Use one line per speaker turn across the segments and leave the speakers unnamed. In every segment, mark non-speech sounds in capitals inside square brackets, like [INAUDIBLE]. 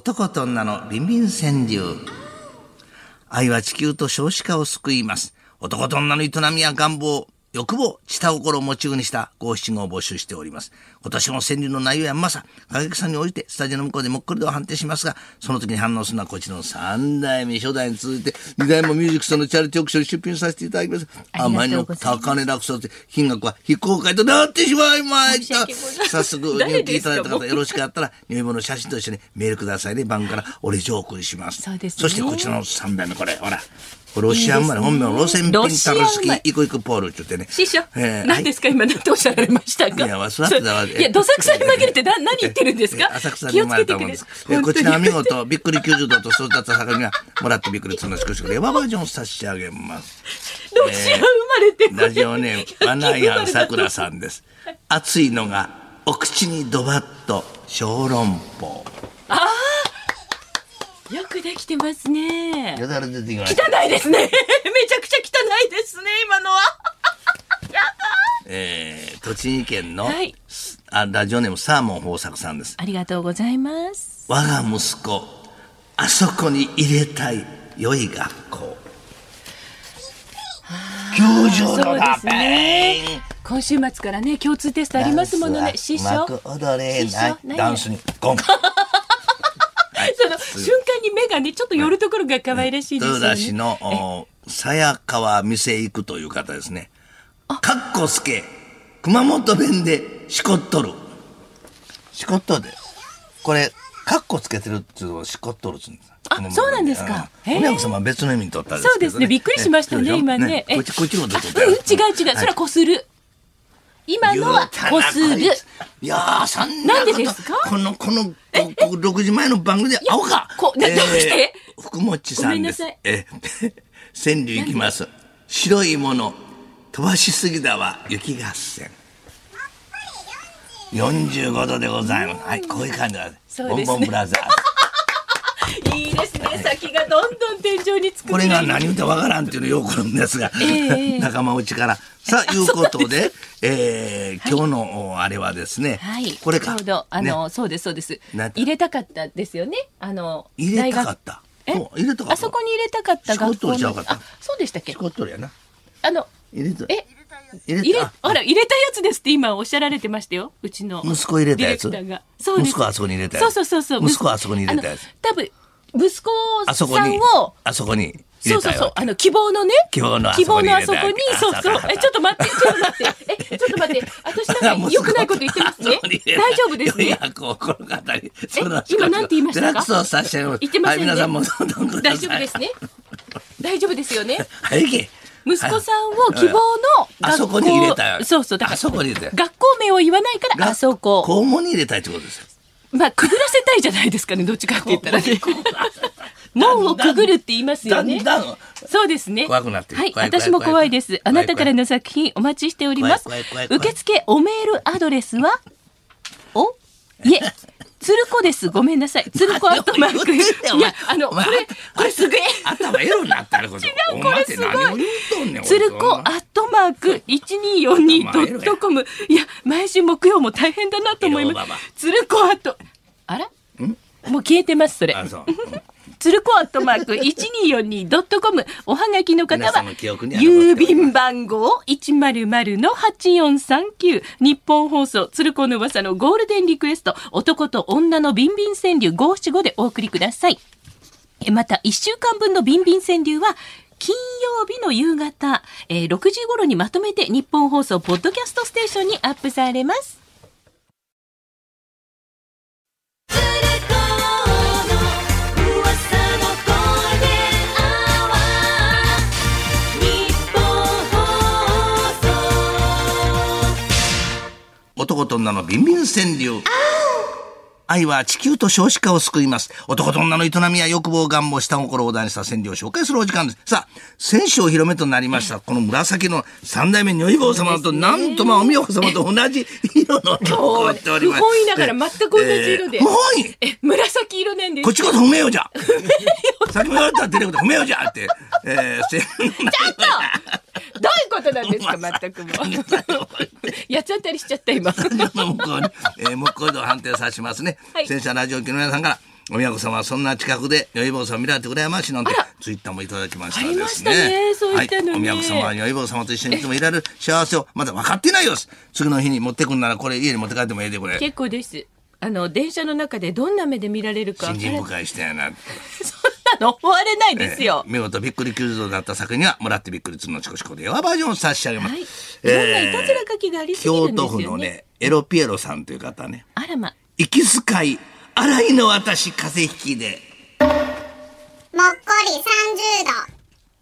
とことんなのビンビン川柳。愛は地球と少子化を救います。男と女の営みや願望、欲望、下心をモチーフにした五七五を募集しております。今年の川柳の内容やまさ、過激さにおいて、スタジオの向こうでもっこりと判定しますが、その時に反応するのはこちらの三代目、初代に続いて、二代目ミュージックスのチャリティーオークションに出品させていただきます。あまりの高値落札で、金額は非公開となってしまいました。早速、入金いただいた方、よろしかったら、入門の写真と一緒にメールくださいね。番からお礼状をお送りします。
そうです、ね、
そしてこちらの三代目、これ、ほら。ロシア生まれ、本名、ロセン・ピンタルスキー、イクイクポールって言ってね。
師匠、えー、何ですか、今、なんておっしゃられましたか
いや、わすわすだわ。
いや、どさくさに紛れて、な、何言ってるんですか
浅草に生まれたもんです。えこちらは見事、びっくり90度と育った坂には、もらってびっくりつのしくしくで、エヴァバージョン差し上げます。
ロシア生まれて、えー、
ラジオネーム、マナヤン・さくらさんです。熱いのが、お口にドバッと、小籠包。
ああよくできてますね。
よだれ出てきま
し汚いですね。めちゃくちゃ汚いですね、今のは。や
ばえー、栃木県の、はい、あラジオネームサーモン豊作さんです。
ありがとうございます。
我が息子、あそこに入れたい良い学校。教場のだ、
ね、今週末からね、共通テストありますものね。師匠。
踊れない。ダンスに
[LAUGHS]
ゴン。
その瞬間に目がね、ちょっと寄るところが可愛らしいですよね。
豊田市の、鞘川店行くという方ですね。かっこすけ、熊本弁でしこっとる。しこっとるで。これ、かっこつけてるっていうのをしこっとるっつうんです。
あ、そうなんですか。
宮子様は別の意味にとった
そうですね。びっくりしましたね、今ね。
こっち、こっちのこと
だよ。違う違う。それはこする。今のはこする。
いやそんな
こと。ですか
この、この、6時前の番組で会おうか。
こ、な、どうして
福もちさんです。え、川柳いきます。白いもの、飛ばしすぎだわ、雪合戦。45度でございます。はい、こういう感じです。ボンボンブラザ
[LAUGHS] ー。いいですね。先がどんどん天井につく。
これが何言うてわからんっていうのよくあるんですが、仲間内から。
[LAUGHS]
さあ、いうことで、えー、今日のあれはですね、
はい、
これか。
ちょうど、あの、そうです、そうです。入れたかったですよね。あの、
入れたかった。え入れたか
あそこに入れたかった学校
あ、
そうでしたっけ
あ
の、
入れた。
え入れあら入れたやつですって今おっしゃられてましたようちの
息子入れたやつ
そう
息子あそこに入れた
そうそうそうそう
息子あそこに入れたやつ
多分息子さんを
あそこに
そうそうそう。あの、希望のね。
希望のあ
そこに。そうそう。え、ちょっと待って、ちょっと待って。え、ちょっと待って。私
[LAUGHS]
なんか良くないこと言ってますね。大丈夫ですね。今なんて言いましたか言ってません
皆さんも
大丈夫ですね。大丈夫ですよね。
はい、息
子さんを希望の
あそこに入れた
そうそう。だから、
学
校名を言わないから、あそこ。
校門に入れたいってことですよ。
まあ、くぐらせたいじゃないですかね、どっちかって言ったらね。門をくぐるって言いますよね。
だんだん
そうですね。
怖くなって
はい、私も怖いです。あなたからの作品お待ちしております。受付おメールアドレスは、お、いえ、鶴子です。ごめんなさい。鶴子アットマーク。いや、あの、これ、これすげえ。
頭エロになったらこ
そ。 [LAUGHS] 違う、これすごい。鶴子アットマーク 1242.com。いや、毎週木曜も大変だなと思います。鶴子アット、あらもう消えてます、それ。つるこアットマーク 1242.com おはがきの方は郵便番号100-8439日本放送つるこの噂のゴールデンリクエスト男と女のビンビン川柳575でお送りくださいまた1週間分のビンビン川柳は金曜日の夕方、えー、6時頃にまとめて日本放送ポッドキャストステーションにアップされます
男と女のビンビン川柳。愛は地球と少子化を救います。男と女の営みや欲望、願望、下心を題にした川柳を紹介するお時間です。さあ、選手お披露目となりました。この紫の三代目如意坊様と、なんとまあおみよこ様と同じ色の
投稿っております。不本意ながら全く同じ色で。
不本意
え、紫色なんです。
こっちこそ褒めようじゃ。
[LAUGHS]
さっきも言われたら出てくる褒めようじゃって。えー、
ちょっとどういうことなんですか、全くもやっちゃったりしちゃった今。
向こうに、えー、向こうで判定さしますね。はい、先者ラジオ機の皆さんから、お宮子様はそんな近くで如意棒さんを見られて羨ましいなんてツイッターもいただきました
あり
で
ますし
ね
たねそういったのね
はい、お宮子様は如意棒様と一緒にいつもいられる幸せをまだ分かってないようです次の日に持ってくんならこれ家に持って帰ってもええでこれ
結構です。あの、電車の中でどんな目で見られるか。
新
[LAUGHS]
人
そん
迎えしたやな
なの追われないですよ。
見事びっくり90度だった作にはもらってびっくりするのちこちこではバージョンを差し上げます、
はい。い
え
ろんな
ー
いたずら書きがありすぎる
京
んです
都
よね。
府のねエロピエロさんという方ね
あらま。
息遣い荒いの私風邪引きで
もっこり30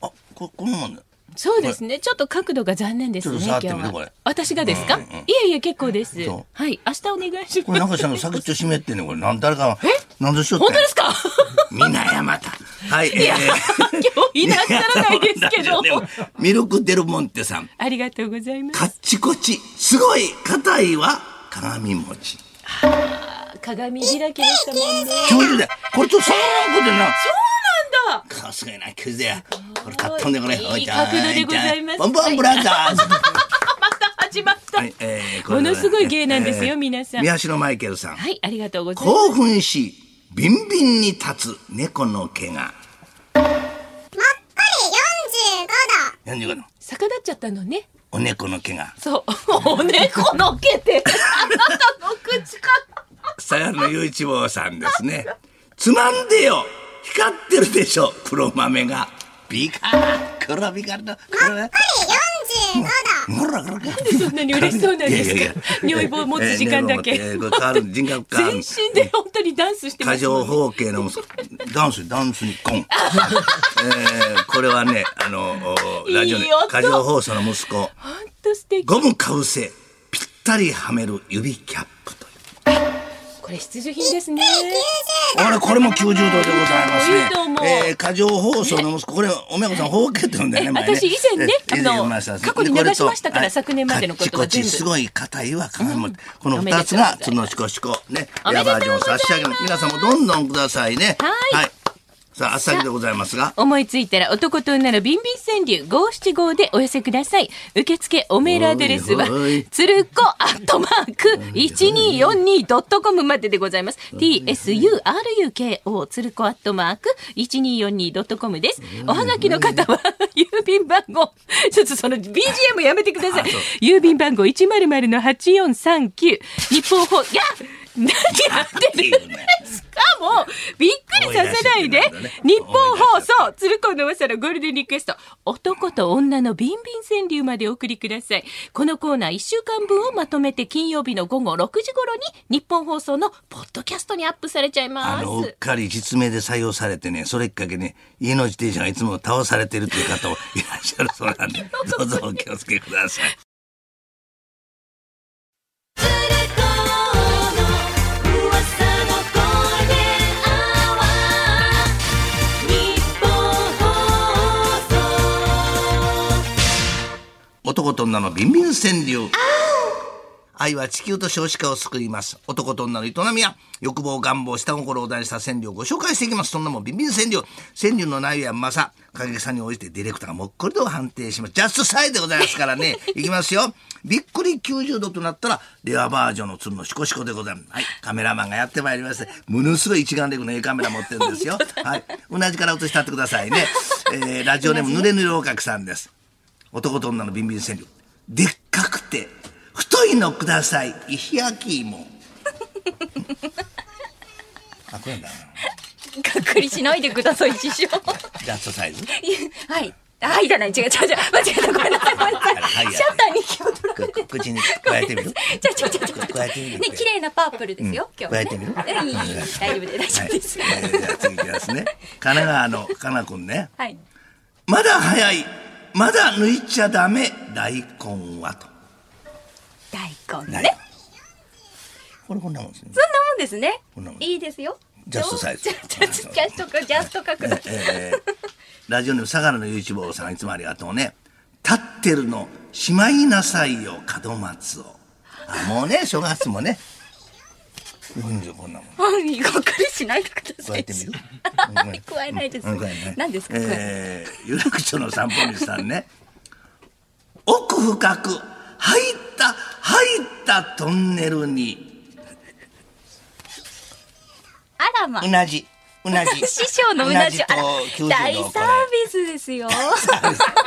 度。
あここのもんだ
そうですね。ちょっと角度が残念ですね。
ちょ
今
っと
日
触ってみてこれ
は。私がですか、
うんうんうん
いえいえ、結構です
そう。
はい。明日お願いします。
これなんかしたの先っちょ湿ってんねこれなん誰か
え
なんでしようっ
本
て
当 [LAUGHS] ですか
みなやまたはい
いや、
え
今日いらっしゃらないです
[LAUGHS]
けど。
ミルク・デルモンテさん
ありがとうございます。
カッチコチすごい硬いは鏡餅
鏡開きでしたもんね。
90でこれちょっと3億
そう
でな
なんだ
かすごいな90でこれ買ったんだよこれ
いい
お
角度でございます
ボンボンブラザーズ
また始まった。
はいえー
ものすごい芸なんですよ
えー
皆さん
宮代マイケルさん
はい、ありがとうございます。
興奮しビンビンに立つ猫の毛が
もっこり45度。
45の
逆立っちゃったのね。
お猫の毛が
そう。お猫の毛で、あなたの口から。
佐賀の雄一坊さんですねつまんでよ光ってるでしょ黒豆がビカー黒ビカーの黒豆
45度。
ほらほらほら
そんなに嬉しそうなんです
いやいやい
か
や。
尿意棒を持つ時間だ
え
け。
ーえー
[LAUGHS]
これ変わる人格変わ
全
る
身で本当にダンスしてま
過
すもん
剰
ね。
方形の息子ダンスダンスに
[LAUGHS]
コン、えーこれはねあのおラジオで
いい音
過剰放送の息子
本当素敵。
ゴムかぶせぴったりはめる指キャップという
これ必需品ですね。
あれこれも90度でございますね
いいと思う
えー、過剰放送の息子これおめこさん方形って言うんだよね
え
前ね
私以前ね
え
あの
以前言いました
過去に
でこれと
流しましたから
はい
昨年までのことは全部
カッチコチすごい硬いわ鏡も、この
おめでとう
二
ご
つ
ざいます
がそのシコシコね
おめ
エ
で
ア
とうございま
バ
す
ージョン差し上げます皆さんもどんどんくださいね
はい
さああっさりでございますが
思いついたら男と女のビンビン川柳五七五でお寄せください。受付おメールアドレスは
おいおい、
つるこアットマーク 1242.com まででございます。tsuruko つるこアットマーク 1242.com です。おはがきの方は、郵便番号、ちょっとその BGM やめてください
あそう。
郵便番号100-8439、日本放、い [LAUGHS] や何やってる
いいね
しかも、びっくりさせないで
思い出しちゃってるんだね、
日本放送、鶴子の噂のゴールデンリクエスト、男と女のビンビン川柳までお送りください。このコーナー1週間分をまとめて金曜日の午後6時頃に、日本放送のポッドキャストにアップされちゃい
あ
ま
のうっ
す。
かり実名で採用されてねそれきっかけね家の自転車がいつも倒されてるっていう方もいらっしゃるそうなんで
[LAUGHS]
どうぞお気をつけください。
[LAUGHS]
男と女のビンビン川柳愛は地球と少子化を救います男と女の営みや欲望願望下心を題した川柳をご紹介していきますそんなもんビンビン川柳川柳の内容やまさ過激さに応じてディレクターがもっこりと判定しますジャストサイズでございますからねいきますよびっくり90度となったらレアバージョンの鶴のシコシコでございますはいカメラマンがやってまいりましてものすごい一眼レフの A カメラ持ってるんですよはい同じから落としてやってくださいね、えーラジオネームぬれぬれおかくさんです男と女のビンビン川柳でっかくて太いのください石焼き芋 [LAUGHS] あこれなんだ
がっくりしないでください、師匠。
ジャストサイ [LAUGHS] ズ
はい。はい、じゃない、違う違う違う。間違えた、ごめんなさい、ごめんなさい。
はいはい
シャッターに気を取ら
く
れて。
口に加えてみる
じゃあ、ちょ、ちょ、ちょ、ちょ。
加えてみる
ね、綺麗なパープルですよ、今日
加え
ね。
てみる
えいいいい大丈夫で、大丈夫
はい、
です。
えーじゃあ次いきますね神奈川のかなくんね
はい。
まだ早いまだ抜いちゃダメ大根はと
大根
な
ね
い。これこんなもんですね
そんなもんですね
そんなもん。
いいですよ。
ジャストサイズ
ジャジャジャストか、ジャスト角度。
えーラジオネーム相良の雄一坊さんいつもありがとうね立ってるのしまいなさいよ門松をあもうね正月もねうんこんなもん
はいがっくりしないでくださ
加え
い
て。みる
はい加えないです
うん加えない。
何ですか
えー有楽町の散歩道さんね奥深く入った入ったトンネルに
あら
様
うなじ。うなじ。
師匠のうなじ
う
あら
と90度
大
を
サ
こ
ー
れ
ビスですよ
ね。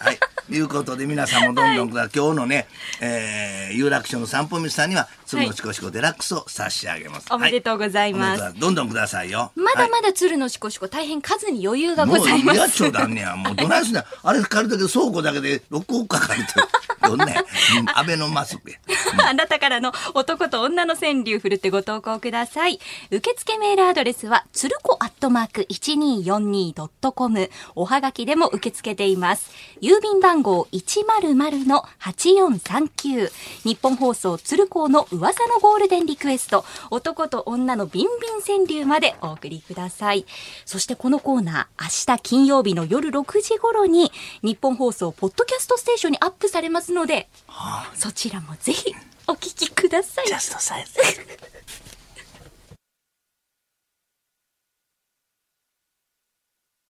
はい。ということで皆さんもどんどん、今日のね、えー、有楽町の散歩道さんには、鶴のチコチコデラックスを差し上げます。
おめでとうございます
はいおめでとうございどんどんくださいよ。
まだ
はい
まだ鶴のしこしこ大変数に余裕がございま
もう、
す
ちょだんねや。もう、どないすんねん。あれ借りたけど、倉庫だけで6億かかると。
[LAUGHS]
どんなや。うん安倍のマスクや。
あなたからの男と女の川柳振るってご投稿ください。受付メールアドレスは、つるこアットマーク 1242.com。おはがきでも受け付けています。郵便番号100-8439。日本放送つるこの噂のゴールデンリクエスト。男と女のビンビン川柳までお送りください。そしてこのコーナー、明日金曜日の夜6時頃に、日本放送ポッドキャストステーションにアップされますので、そちらもぜひお聞きください。
ジャストサイズ。